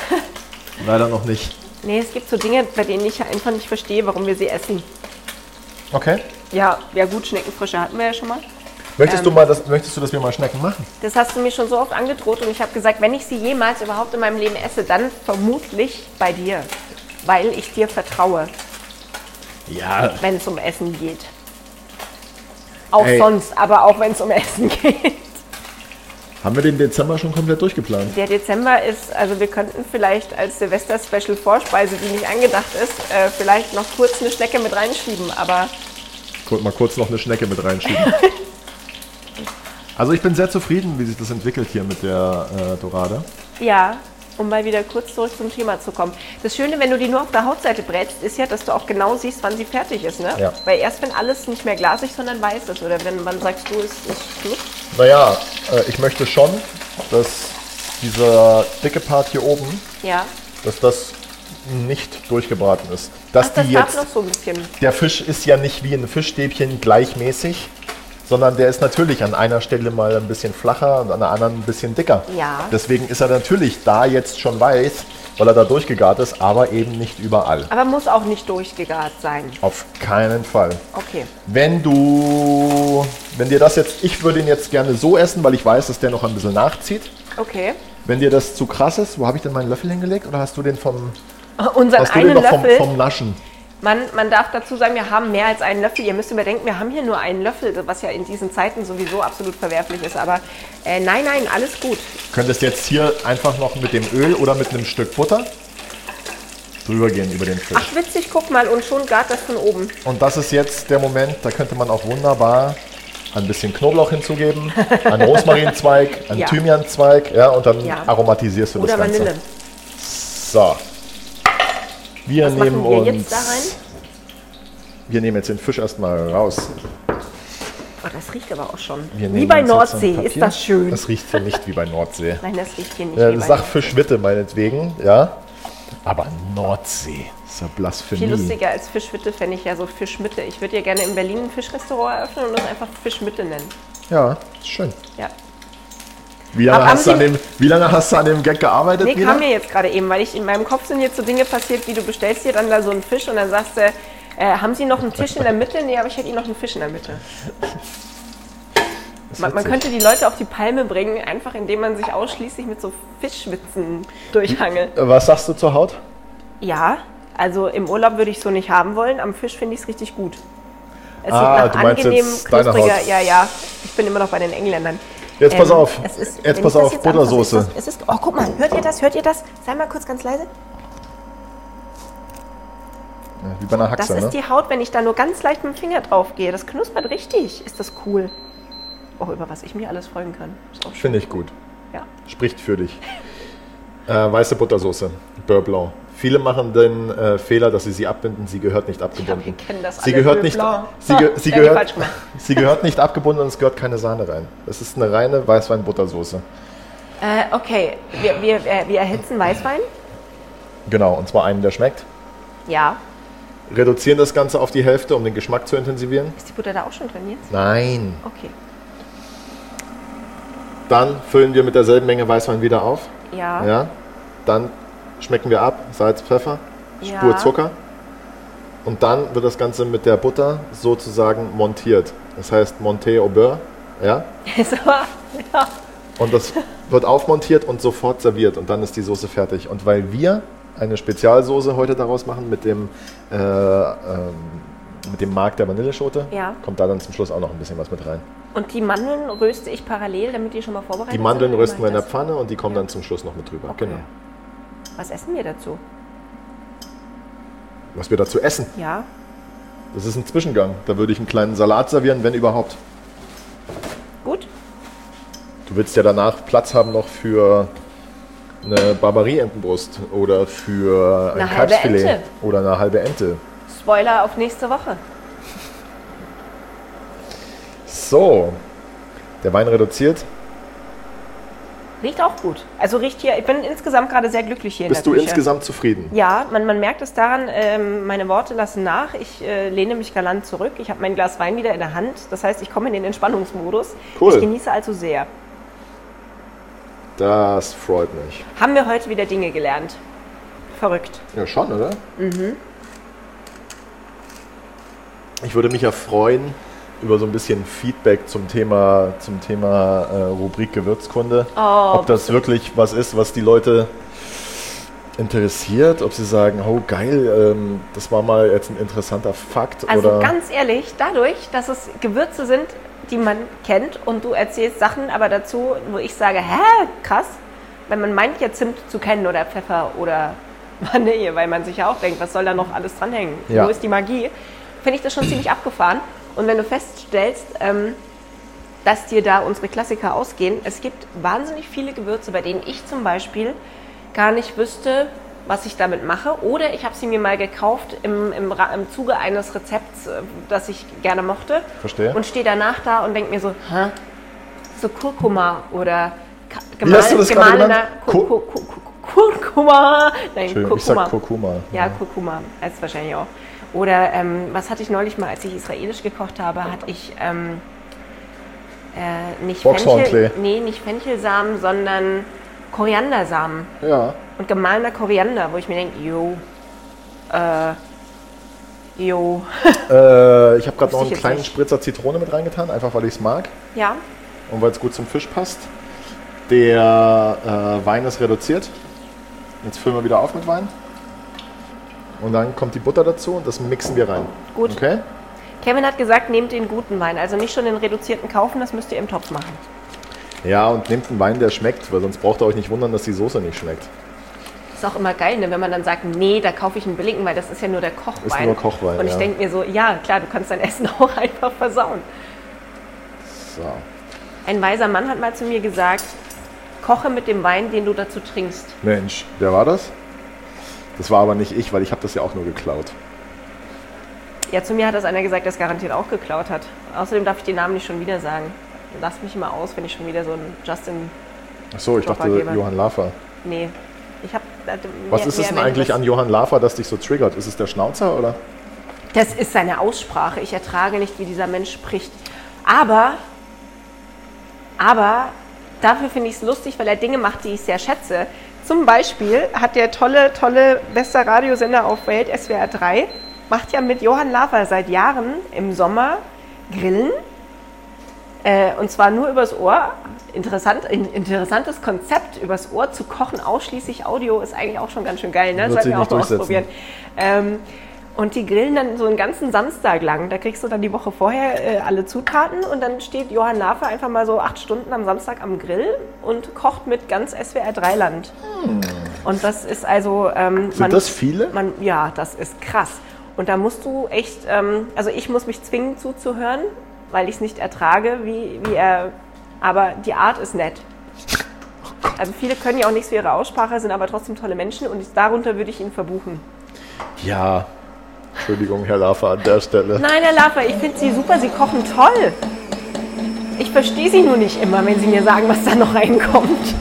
Speaker 2: Leider noch nicht.
Speaker 1: Nee, es gibt so Dinge, bei denen ich einfach nicht verstehe, warum wir sie essen.
Speaker 2: Okay.
Speaker 1: Ja, ja gut, Schneckenfrische hatten wir ja schon mal. Ähm.
Speaker 2: Möchtest, du mal das, möchtest du, dass wir mal Schnecken machen?
Speaker 1: Das hast du mir schon so oft angedroht und ich habe gesagt, wenn ich sie jemals überhaupt in meinem Leben esse, dann vermutlich bei dir, weil ich dir vertraue,
Speaker 2: Ja.
Speaker 1: wenn es um Essen geht. Auch
Speaker 2: Ey.
Speaker 1: sonst, aber auch wenn es um Essen geht.
Speaker 2: Haben wir den Dezember schon komplett durchgeplant?
Speaker 1: Der Dezember ist, also wir könnten vielleicht als Silvester-Special-Vorspeise, die nicht angedacht ist, äh, vielleicht noch kurz eine Schnecke mit reinschieben, aber
Speaker 2: Guck mal kurz noch eine Schnecke mit reinschieben. also ich bin sehr zufrieden, wie sich das entwickelt hier mit der äh, Dorade.
Speaker 1: Ja, um mal wieder kurz zurück zum Thema zu kommen. Das Schöne, wenn du die nur auf der Hautseite brätst, ist ja, dass du auch genau siehst, wann sie fertig ist. Ne?
Speaker 2: Ja.
Speaker 1: Weil erst wenn alles nicht mehr glasig, sondern weiß ist oder wenn man sagt, du, es ist Schluss.
Speaker 2: Naja, äh, ich möchte schon, dass dieser dicke Part hier oben,
Speaker 1: Ja.
Speaker 2: dass das nicht durchgebraten ist. Dass
Speaker 1: Ach, das
Speaker 2: die
Speaker 1: darf
Speaker 2: jetzt
Speaker 1: noch so ein bisschen.
Speaker 2: Der Fisch ist ja nicht wie ein Fischstäbchen gleichmäßig, sondern der ist natürlich an einer Stelle mal ein bisschen flacher und an der anderen ein bisschen dicker.
Speaker 1: Ja.
Speaker 2: Deswegen ist er natürlich da jetzt schon weiß, weil er da durchgegart ist, aber eben nicht überall.
Speaker 1: Aber muss auch nicht durchgegart sein.
Speaker 2: Auf keinen Fall.
Speaker 1: Okay.
Speaker 2: Wenn du, wenn dir das jetzt, ich würde ihn jetzt gerne so essen, weil ich weiß, dass der noch ein bisschen nachzieht.
Speaker 1: Okay.
Speaker 2: Wenn dir das zu krass ist, wo habe ich denn meinen Löffel hingelegt? Oder hast du den vom,
Speaker 1: Unseren
Speaker 2: hast du den
Speaker 1: einen
Speaker 2: noch vom,
Speaker 1: Löffel.
Speaker 2: vom Naschen?
Speaker 1: man, man darf dazu sagen, wir haben mehr als einen Löffel. Ihr müsst überdenken, wir haben hier nur einen Löffel, was ja in diesen Zeiten sowieso absolut verwerflich ist. Aber äh, nein, nein, alles gut.
Speaker 2: könntest jetzt hier einfach noch mit dem Öl oder mit einem Stück Butter drüber gehen über den Fisch.
Speaker 1: Ach, witzig, guck mal, und schon gart das von oben.
Speaker 2: Und das ist jetzt der Moment, da könnte man auch wunderbar ein bisschen Knoblauch hinzugeben, einen Rosmarinzweig, einen
Speaker 1: Ja.
Speaker 2: Thymianzweig, ja, und dann
Speaker 1: Ja.
Speaker 2: aromatisierst du
Speaker 1: Oder
Speaker 2: das Ganze.
Speaker 1: Vanille.
Speaker 2: So. Wir
Speaker 1: Was
Speaker 2: nehmen
Speaker 1: machen wir
Speaker 2: uns.
Speaker 1: jetzt da rein?
Speaker 2: Wir nehmen jetzt den Fisch erstmal raus.
Speaker 1: Oh, das riecht aber auch schon.
Speaker 2: Wir
Speaker 1: Wie
Speaker 2: nehmen
Speaker 1: bei
Speaker 2: uns jetzt so ein
Speaker 1: Nordsee, ist
Speaker 2: Papier.
Speaker 1: das schön.
Speaker 2: Das riecht hier nicht wie bei Nordsee.
Speaker 1: Nein, das riecht hier nicht.
Speaker 2: Ja,
Speaker 1: wie bei-
Speaker 2: sag Fischwitte meinetwegen, ja. Aber Nordsee, ist ja Blasphemie.
Speaker 1: viel lustiger als Fischwitte fände ich ja so Fischmitte. Ich würde ja gerne in Berlin ein Fischrestaurant eröffnen und das einfach Fischmitte nennen.
Speaker 2: Ja, ist schön.
Speaker 1: Ja.
Speaker 2: Wie lange,
Speaker 1: Aber
Speaker 2: hast du
Speaker 1: haben
Speaker 2: an dem, wie lange hast du an dem Gag gearbeitet?
Speaker 1: Nee,
Speaker 2: Nina?
Speaker 1: kam mir jetzt gerade eben, weil ich in meinem Kopf sind jetzt so Dinge passiert, wie du bestellst dir dann da so einen Fisch und dann sagst du, äh, haben Sie noch einen Tisch in der Mitte? Nee, aber ich hätte Ihnen noch einen Fisch in der Mitte.
Speaker 2: Das ist
Speaker 1: Man, man
Speaker 2: witzig.
Speaker 1: könnte die Leute auf die Palme bringen, einfach indem man sich ausschließlich mit so Fischwitzen durchhangelt.
Speaker 2: Äh, Was sagst du zur Haut?
Speaker 1: Ja, also im Urlaub würde ich so nicht haben wollen. Am Fisch finde ich es richtig gut. Es
Speaker 2: Ah, du meinst jetzt deine Haut.
Speaker 1: Ja, ja. Ich bin immer noch bei den Engländern.
Speaker 2: Jetzt pass
Speaker 1: Ähm,
Speaker 2: auf.
Speaker 1: es ist- wenn
Speaker 2: jetzt
Speaker 1: ich
Speaker 2: pass
Speaker 1: das
Speaker 2: auf,
Speaker 1: anfasse,
Speaker 2: Buttersoße.
Speaker 1: ist das- Es ist, oh, guck mal, hört ihr das? Hört ihr das? Sei mal kurz ganz leise.
Speaker 2: Ja, wie bei einer
Speaker 1: Das
Speaker 2: Haxe,
Speaker 1: ist
Speaker 2: ne?
Speaker 1: die Haut, wenn ich da nur ganz leicht mit dem Finger drauf gehe. Das knuspert richtig. Ist das cool? Oh, über was ich mir alles freuen kann. Ist auch schön.
Speaker 2: Finde ich gut.
Speaker 1: Ja.
Speaker 2: Spricht für dich. Äh, weiße Buttersoße, Beurre Blanc. Viele machen den äh, Fehler, dass sie sie abbinden. Sie gehört nicht abgebunden.
Speaker 1: wir kennen das
Speaker 2: sie
Speaker 1: alle,
Speaker 2: gehört
Speaker 1: Beurre
Speaker 2: nicht,
Speaker 1: Blanc.
Speaker 2: sie,
Speaker 1: Ah,
Speaker 2: ge sie,
Speaker 1: wir haben
Speaker 2: gehört,
Speaker 1: falsch gemacht.
Speaker 2: sie gehört nicht abgebunden und es gehört keine Sahne rein. Es ist eine reine Weißwein-Buttersoße.
Speaker 1: Äh, okay, wir, wir, äh, wir erhitzen Weißwein.
Speaker 2: Genau, und zwar einen, der schmeckt.
Speaker 1: Ja.
Speaker 2: Reduzieren das Ganze auf die Hälfte, um den Geschmack zu intensivieren.
Speaker 1: Ist die Butter da auch schon drin jetzt?
Speaker 2: Nein.
Speaker 1: Okay.
Speaker 2: Dann füllen wir mit derselben Menge Weißwein wieder auf.
Speaker 1: Ja.
Speaker 2: Ja. Dann schmecken wir ab, Salz, Pfeffer,
Speaker 1: Ja.
Speaker 2: Spur Zucker. Und dann wird das Ganze mit der Butter sozusagen montiert. Das heißt Monté au beurre. Ja.
Speaker 1: so, ja.
Speaker 2: Und das wird aufmontiert und sofort serviert. Und dann ist die Soße fertig. Und weil wir eine Spezialsoße heute daraus machen mit dem, äh, ähm, mit dem Mark der Vanilleschote,
Speaker 1: Ja.
Speaker 2: kommt da dann zum Schluss auch noch ein bisschen was mit rein.
Speaker 1: Und die Mandeln röste ich parallel, damit die schon mal vorbereitet
Speaker 2: Die
Speaker 1: sind?
Speaker 2: Mandeln
Speaker 1: Oder wie
Speaker 2: rösten wir in der
Speaker 1: mache ich
Speaker 2: Pfanne und die kommen dann zum Schluss noch mit drüber.
Speaker 1: Okay.
Speaker 2: Genau.
Speaker 1: das? Was essen wir dazu?
Speaker 2: Was wir dazu essen,
Speaker 1: Ja.
Speaker 2: das ist ein Zwischengang. Da würde ich einen kleinen Salat servieren, wenn überhaupt.
Speaker 1: Gut.
Speaker 2: Du willst ja danach Platz haben noch für eine Barbarie-Entenbrust oder für ein
Speaker 1: Eine halbe
Speaker 2: Kalbsfilet
Speaker 1: Ente.
Speaker 2: oder eine halbe Ente.
Speaker 1: Spoiler auf nächste Woche.
Speaker 2: So, der Wein reduziert.
Speaker 1: Riecht auch gut. Also riecht hier, ich bin insgesamt gerade sehr glücklich hier
Speaker 2: Bist
Speaker 1: in
Speaker 2: du
Speaker 1: der Küche.
Speaker 2: insgesamt zufrieden?
Speaker 1: Ja, man, man merkt es daran, ähm, meine Worte lassen nach. Ich äh, lehne mich galant zurück. Ich habe mein Glas Wein wieder in der Hand. Das heißt, ich komme in den Entspannungsmodus.
Speaker 2: Cool.
Speaker 1: Ich genieße also sehr.
Speaker 2: Das freut mich.
Speaker 1: Haben wir heute wieder Dinge gelernt. Verrückt.
Speaker 2: Ja, schon, oder? Mhm. Ich würde mich ja freuen über so ein bisschen Feedback zum Thema, zum Thema äh, Rubrik Gewürzkunde.
Speaker 1: Oh,
Speaker 2: ob das wirklich was ist, was die Leute interessiert, ob sie sagen, oh geil, ähm, das war mal jetzt ein interessanter Fakt
Speaker 1: Also
Speaker 2: oder
Speaker 1: ganz ehrlich, dadurch, dass es Gewürze sind, die man kennt und du erzählst Sachen aber dazu, wo ich sage, hä, krass, wenn man meint ja Zimt zu kennen oder Pfeffer oder Vanille, weil man sich ja auch denkt, was soll da noch alles dranhängen?
Speaker 2: Ja.
Speaker 1: Wo ist die Magie? Finde ich das schon ziemlich abgefahren. Und wenn du feststellst, ähm, dass dir da unsere Klassiker ausgehen, es gibt wahnsinnig viele Gewürze, bei denen ich zum Beispiel gar nicht wüsste, was ich damit mache. Oder ich habe sie mir mal gekauft im, im, Ra- im Zuge eines Rezepts, äh, das ich gerne mochte.
Speaker 2: Verstehe.
Speaker 1: Und stehe danach da und denke mir so, hä? So Kurkuma oder ka-
Speaker 2: Wie hast du das gerade
Speaker 1: gemahlener
Speaker 2: genannt?
Speaker 1: Kur Kur Kur Kur Kurkuma. Nein,
Speaker 2: Entschuldigung, ich
Speaker 1: Kurkuma.
Speaker 2: sag Kurkuma.
Speaker 1: Ja, Kurkuma heißt wahrscheinlich auch. Oder ähm, was hatte ich neulich mal, als ich israelisch gekocht habe, hatte ich ähm, äh, nicht,
Speaker 2: Boxhornklee.
Speaker 1: Fenchel, nee, nicht Fenchelsamen, sondern Koriandersamen
Speaker 2: ja.
Speaker 1: und gemahlener Koriander, wo ich mir denke, jo, äh, jo,
Speaker 2: Äh, ich habe gerade noch
Speaker 1: ich
Speaker 2: einen
Speaker 1: jetzt
Speaker 2: kleinen
Speaker 1: nicht.
Speaker 2: Spritzer Zitrone mit reingetan, einfach weil ich es mag
Speaker 1: ja,
Speaker 2: und weil es gut zum Fisch passt. Der äh, Wein ist reduziert. Jetzt füllen wir wieder auf mit Wein. Und dann kommt die Butter dazu und das mixen wir rein.
Speaker 1: Gut.
Speaker 2: Okay?
Speaker 1: Kevin hat gesagt, nehmt den guten Wein. Also nicht schon den reduzierten kaufen, das müsst ihr im Topf machen.
Speaker 2: Ja, und nehmt einen Wein, der schmeckt, weil sonst braucht ihr euch nicht wundern, dass die Soße nicht schmeckt.
Speaker 1: Ist auch immer geil, ne? wenn man dann sagt, nee, da kaufe ich einen billigen, weil das ist ja nur der Kochwein.
Speaker 2: Ist nur Kochwein,
Speaker 1: Und ich
Speaker 2: ja.
Speaker 1: denke mir so, ja, klar, du kannst dein Essen auch einfach versauen.
Speaker 2: So.
Speaker 1: Ein weiser Mann hat mal zu mir gesagt, koche mit dem Wein, den du dazu trinkst.
Speaker 2: Mensch, wer war das? Das war aber nicht ich, weil ich habe das ja auch nur geklaut.
Speaker 1: Ja, zu mir hat das einer gesagt, der es garantiert auch geklaut hat. Außerdem darf ich den Namen nicht schon wieder sagen. Lass mich immer aus, wenn ich schon wieder so ein Justin.
Speaker 2: Achso, ich dachte
Speaker 1: Doppelgeber.
Speaker 2: Johann Lafer.
Speaker 1: Nee. Ich hab. äh,
Speaker 2: Was ist es denn eigentlich an Johann Lafer, das dich so triggert? Ist es der Schnauzer oder?
Speaker 1: Das ist seine Aussprache. Ich ertrage nicht, wie dieser Mensch spricht. Aber, aber dafür finde ich es lustig, weil er Dinge macht, die ich sehr schätze. Zum Beispiel hat der tolle, tolle, bester Radiosender auf Welt, SWR 3, macht ja mit Johann Lafer seit Jahren im Sommer Grillen. Äh, und zwar nur übers Ohr. Interessant, in, interessantes Konzept, übers Ohr zu kochen, ausschließlich Audio, ist eigentlich auch schon ganz schön geil. Ne?
Speaker 2: Wird
Speaker 1: Sollten
Speaker 2: sich
Speaker 1: wir auch
Speaker 2: nicht
Speaker 1: mal
Speaker 2: durchsetzen.
Speaker 1: ausprobieren. Ähm, und die grillen dann so einen ganzen Samstag lang. Da kriegst du dann die Woche vorher äh, alle Zutaten und dann steht Johann Lafer einfach mal so acht Stunden am Samstag am Grill und kocht mit ganz SWR 3 Land. Und das ist also. Ähm,
Speaker 2: Hm. Sind das viele?
Speaker 1: Man, ja, das ist krass. Und da musst du echt, ähm, also ich muss mich zwingen zuzuhören, weil ich es nicht ertrage, wie, wie er. Aber die Art ist nett. Also viele können ja auch nichts für ihre Aussprache, sind aber trotzdem tolle Menschen und ich, darunter würde ich ihn verbuchen.
Speaker 2: Ja. Entschuldigung, Herr Lafer, an der Stelle.
Speaker 1: Nein, Herr Laffer, ich finde Sie super, Sie kochen toll. Ich verstehe Sie nur nicht immer, wenn Sie mir sagen, was da noch reinkommt.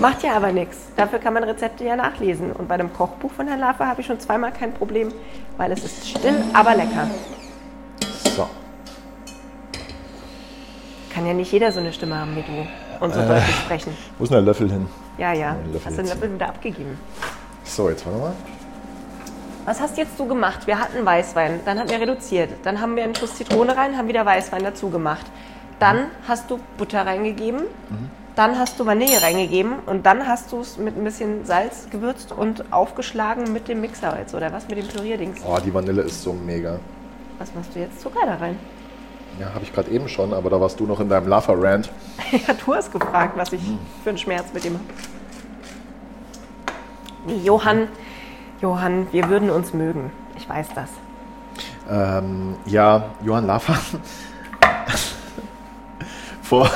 Speaker 1: Macht ja aber nichts. Dafür kann man Rezepte ja nachlesen. Und bei dem Kochbuch von Herrn Laffer habe ich schon zweimal kein Problem, weil es ist still, aber lecker.
Speaker 2: So.
Speaker 1: Kann ja nicht jeder so eine Stimme haben wie du und so deutlich sprechen.
Speaker 2: Wo ist denn der Löffel hin?
Speaker 1: Ja, ja.
Speaker 2: Äh. Ein Löffel
Speaker 1: Hast du den
Speaker 2: jetzt.
Speaker 1: Löffel wieder abgegeben?
Speaker 2: So, jetzt warte mal.
Speaker 1: Was hast jetzt du gemacht? Wir hatten Weißwein, dann hatten wir reduziert, dann haben wir einen Schuss Zitrone rein, haben wieder Weißwein dazu gemacht. Dann hast du Butter reingegeben, dann hast du Vanille reingegeben und dann hast du es mit ein bisschen Salz gewürzt und aufgeschlagen mit dem Mixer jetzt oder was mit dem Pürierdings.
Speaker 2: Oh, die Vanille ist so mega.
Speaker 1: Was machst du jetzt Zucker da rein?
Speaker 2: Ja, habe ich gerade eben schon, aber da warst du noch in deinem Lafer-Rant.
Speaker 1: ja, du hast gefragt, was
Speaker 2: Hm.
Speaker 1: ich für einen Schmerz mit ihm habe. Nee, Johann, Johann, wir würden uns mögen. Ich weiß das.
Speaker 2: Ähm, ja, Johann Lafer. vor,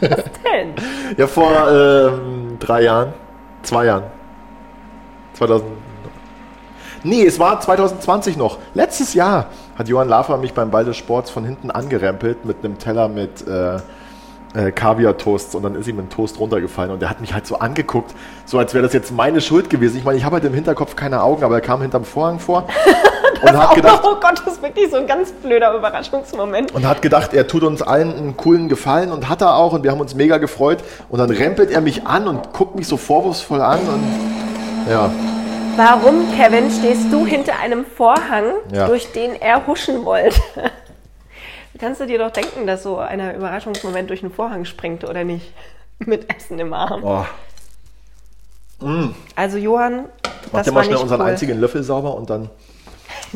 Speaker 1: Denn
Speaker 2: ja, vor ähm, drei Jahren, zwei Jahren. 2000. Nee, es war 2020 noch. Letztes Jahr hat Johann Lafer mich beim Ball des Sports von hinten angerempelt mit einem Teller mit äh, äh, Kaviar-Toasts und dann ist ihm ein Toast runtergefallen und der hat mich halt so angeguckt, so als wäre das jetzt meine Schuld gewesen. Ich meine, ich habe halt im Hinterkopf keine Augen, aber er kam hinterm Vorhang vor und hat gedacht,
Speaker 1: oh Gott, das ist wirklich so ein ganz blöder Überraschungsmoment.
Speaker 2: und hat gedacht, er tut uns allen einen coolen Gefallen und hat er auch und wir haben uns mega gefreut und dann rempelt er mich an und guckt mich so vorwurfsvoll an und ja,
Speaker 1: Warum, Kevin, stehst du hinter einem Vorhang,
Speaker 2: Ja.
Speaker 1: durch den er huschen wollte? Kannst du dir doch denken, dass so einer Überraschungsmoment durch einen Vorhang springt oder nicht? Mit Essen im Arm.
Speaker 2: oh,
Speaker 1: Also Johann,
Speaker 2: mach
Speaker 1: das
Speaker 2: dir
Speaker 1: war
Speaker 2: mal schnell
Speaker 1: nicht
Speaker 2: unseren
Speaker 1: cool. genau.
Speaker 2: einzigen Löffel sauber und dann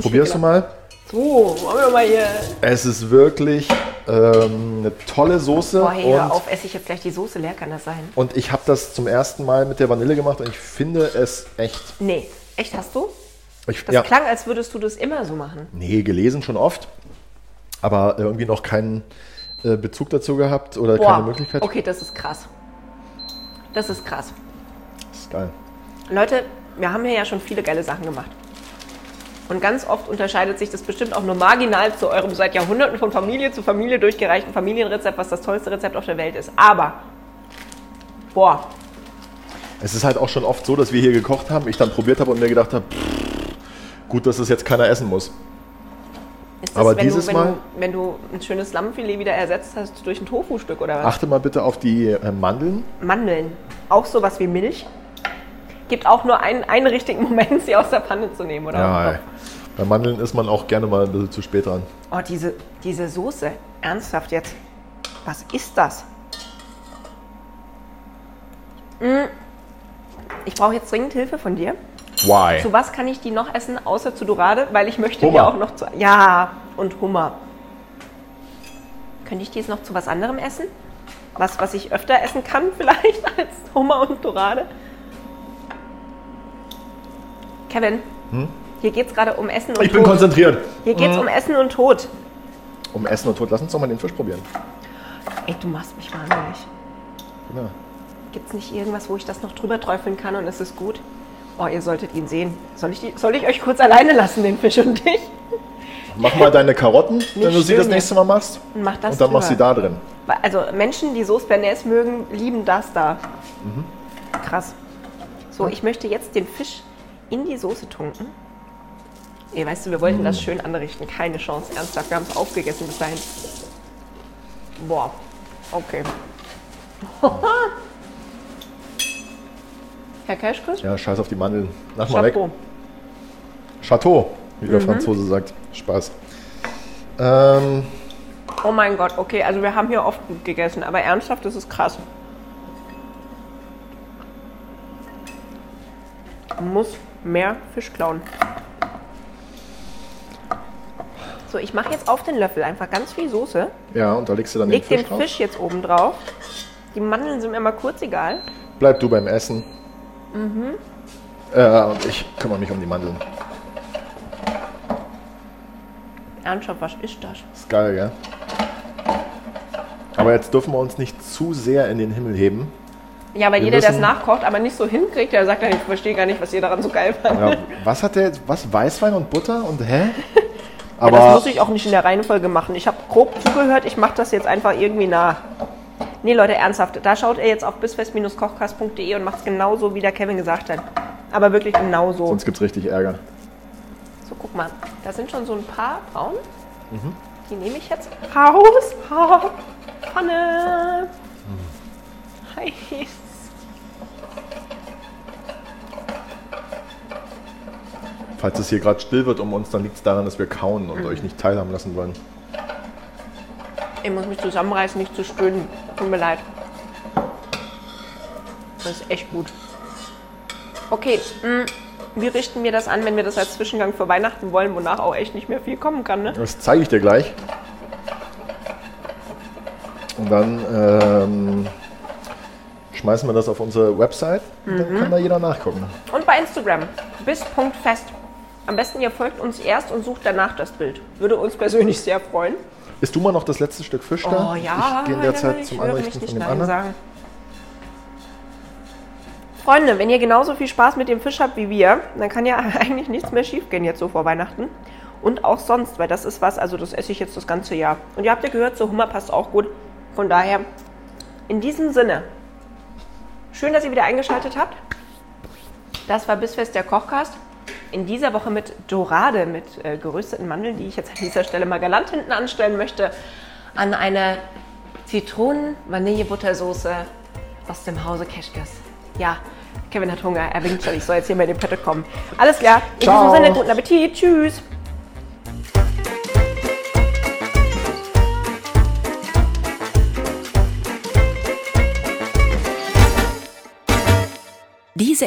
Speaker 2: probierst du mal.
Speaker 1: So, wollen wir mal hier.
Speaker 2: Es ist wirklich ähm, eine tolle Soße
Speaker 1: Boah, hey, hör
Speaker 2: und
Speaker 1: auf, esse ich jetzt gleich die Soße leer, kann das sein?
Speaker 2: Und ich habe das zum ersten Mal mit der Vanille gemacht und ich finde es echt.
Speaker 1: Nee, echt hast du?
Speaker 2: Ich,
Speaker 1: Das klang, als würdest du das immer so machen.
Speaker 2: nee, gelesen schon oft, aber irgendwie noch keinen äh, Bezug dazu gehabt oder keine Möglichkeit.
Speaker 1: okay, das ist krass. Das ist krass.
Speaker 2: Das ist geil.
Speaker 1: Leute, wir haben hier ja schon viele geile Sachen gemacht. Und ganz oft unterscheidet sich das bestimmt auch nur marginal zu eurem seit Jahrhunderten von Familie zu Familie durchgereichten Familienrezept, was das tollste Rezept auf der Welt ist. Aber, boah,
Speaker 2: Es ist halt auch schon oft so, dass wir hier gekocht haben, ich dann probiert habe und mir gedacht habe, pff, gut, dass es jetzt keiner essen muss.
Speaker 1: ist das,
Speaker 2: Aber
Speaker 1: wenn,
Speaker 2: dieses
Speaker 1: du, wenn,
Speaker 2: Mal-
Speaker 1: du, wenn du ein schönes Lammfilet wieder ersetzt hast durch ein Tofu-Stück oder was?
Speaker 2: Achte mal bitte auf die äh, Mandeln.
Speaker 1: Mandeln. Auch sowas wie Milch. Gibt auch nur einen, einen richtigen Moment, sie aus der Pfanne zu nehmen, oder?
Speaker 2: Ja, ey. Bei Mandeln ist man auch gerne mal ein bisschen zu spät dran.
Speaker 1: Oh, diese, diese Soße. Ernsthaft jetzt. Was ist das? Mm. Ich brauche jetzt dringend Hilfe von dir.
Speaker 2: Why?
Speaker 1: Zu was kann ich die noch essen, außer zu Dorade? Weil ich möchte
Speaker 2: Hummer.
Speaker 1: ja auch noch zu. Ja, und Hummer. Könnte ich die jetzt noch zu was anderem essen? Was, was ich öfter essen kann, vielleicht, als Hummer und Dorade? Kevin, hier geht es gerade um Essen und
Speaker 2: Hm? Ich bin
Speaker 1: Tod.
Speaker 2: konzentriert. Hm?
Speaker 1: Hier geht es um Essen und Tod.
Speaker 2: Um Essen und Tod. Lass uns doch mal den Fisch probieren.
Speaker 1: Ey, du machst mich wahnsinnig.
Speaker 2: Ja.
Speaker 1: Gibt's nicht irgendwas, wo ich das noch drüber träufeln kann und es ist gut? Oh, ihr solltet ihn sehen. Soll ich, die, soll ich euch kurz alleine lassen, den Fisch und dich?
Speaker 2: Mach mal deine Karotten, wenn du sie
Speaker 1: schön,
Speaker 2: das
Speaker 1: ja.
Speaker 2: nächste Mal machst.
Speaker 1: Und mach das
Speaker 2: Und dann mach sie
Speaker 1: drüber.
Speaker 2: da drin.
Speaker 1: Weil- Also Menschen, die Sauce Bernays mögen, lieben das da.
Speaker 2: Mhm.
Speaker 1: Krass. So, ich möchte jetzt den Fisch in die Soße tunken. Ey, weißt du, wir wollten
Speaker 2: Mhm.
Speaker 1: das schön anrichten. Keine Chance, ernsthaft. Wir haben es aufgegessen bis dahin. Boah, okay. Herr Keschkus?
Speaker 2: Ja, scheiß auf die Mandeln. Mach mal weg.
Speaker 1: Chapeau. Mhm.
Speaker 2: Chateau, wie der Franzose sagt. Spaß. Ähm,
Speaker 1: Oh mein Gott, okay, also wir haben hier oft gut gegessen, aber ernsthaft, das ist krass. Man Muss mehr Fisch klauen. So, ich mache jetzt auf den Löffel einfach ganz viel Soße.
Speaker 2: ja, und da legst du dann
Speaker 1: Leg
Speaker 2: den Fisch
Speaker 1: den
Speaker 2: drauf.
Speaker 1: Fisch jetzt oben drauf. Die Mandeln sind mir mal kurz egal.
Speaker 2: Bleib du beim Essen.
Speaker 1: Mhm.
Speaker 2: Äh, und ich kümmere mich um die Mandeln.
Speaker 1: Ernsthaft, was ist das?
Speaker 2: Ist geil, gell? Aber jetzt dürfen wir uns nicht zu sehr in den Himmel heben.
Speaker 1: Ja, aber
Speaker 2: Wir
Speaker 1: jeder, der es
Speaker 2: müssen-
Speaker 1: nachkocht, aber nicht so hinkriegt, der sagt dann, ich verstehe gar nicht, was ihr daran so geil fand.
Speaker 2: Ja, was hat der? Was? Weißwein und Butter? Und hä?
Speaker 1: Ja,
Speaker 2: Aber
Speaker 1: das muss ich auch nicht in der Reihenfolge machen. Ich habe grob zugehört, ich mache das jetzt einfach irgendwie nach. Nee, Leute, ernsthaft. Da schaut ihr jetzt auf bisfest-kochkast.de und macht es genauso, wie der Kevin gesagt hat. Aber wirklich genauso.
Speaker 2: sonst gibt's richtig Ärger.
Speaker 1: So, guck mal. Da sind schon so ein paar braun. Die nehme ich jetzt raus. Ha, Pfanne. Heiß.
Speaker 2: Falls es hier gerade still wird um uns, dann liegt es daran, dass wir kauen und euch nicht teilhaben lassen wollen.
Speaker 1: Ich muss mich zusammenreißen, nicht zu stöhnen. Tut mir leid. Das ist echt gut. Okay, mm, wie richten wir das an, wenn wir das als Zwischengang für Weihnachten wollen, wonach auch echt nicht mehr viel kommen kann, ne?
Speaker 2: Das zeige ich dir gleich. Und dann ähm, schmeißen wir das auf unsere Website. und Dann
Speaker 1: Mhm.
Speaker 2: kann da jeder nachgucken.
Speaker 1: Und bei Instagram. Bis Punkt fest. Am besten ihr folgt uns erst und sucht danach das Bild. Würde uns persönlich sehr freuen.
Speaker 2: Isst du mal noch das letzte Stück Fisch
Speaker 1: Oh,
Speaker 2: da? Oh, Ich gehe in der Zeit zum Anrichten von dem anderen.
Speaker 1: sagen. Freunde, wenn ihr genauso viel Spaß mit dem Fisch habt wie wir, dann kann ja eigentlich nichts mehr schief gehen jetzt so vor Weihnachten. Und auch sonst, weil das ist was, also das esse ich jetzt das ganze Jahr. Und ihr habt ja gehört, so Hummer passt auch gut. Von daher In diesem Sinne, schön, dass ihr wieder eingeschaltet habt. Das war Bissfest der Kochcast. In dieser Woche mit Dorade, mit äh, gerösteten Mandeln, die ich jetzt an dieser Stelle mal galant hinten anstellen möchte, an eine Zitronen-Vanille-Buttersoße aus dem Hause Keschkes. Ja, Kevin hat Hunger, er winkt schon, ich soll jetzt hier mal in den Pötte kommen. Alles klar, in
Speaker 2: Ciao.
Speaker 1: diesem Sinne, guten Appetit, tschüss.
Speaker 3: Diese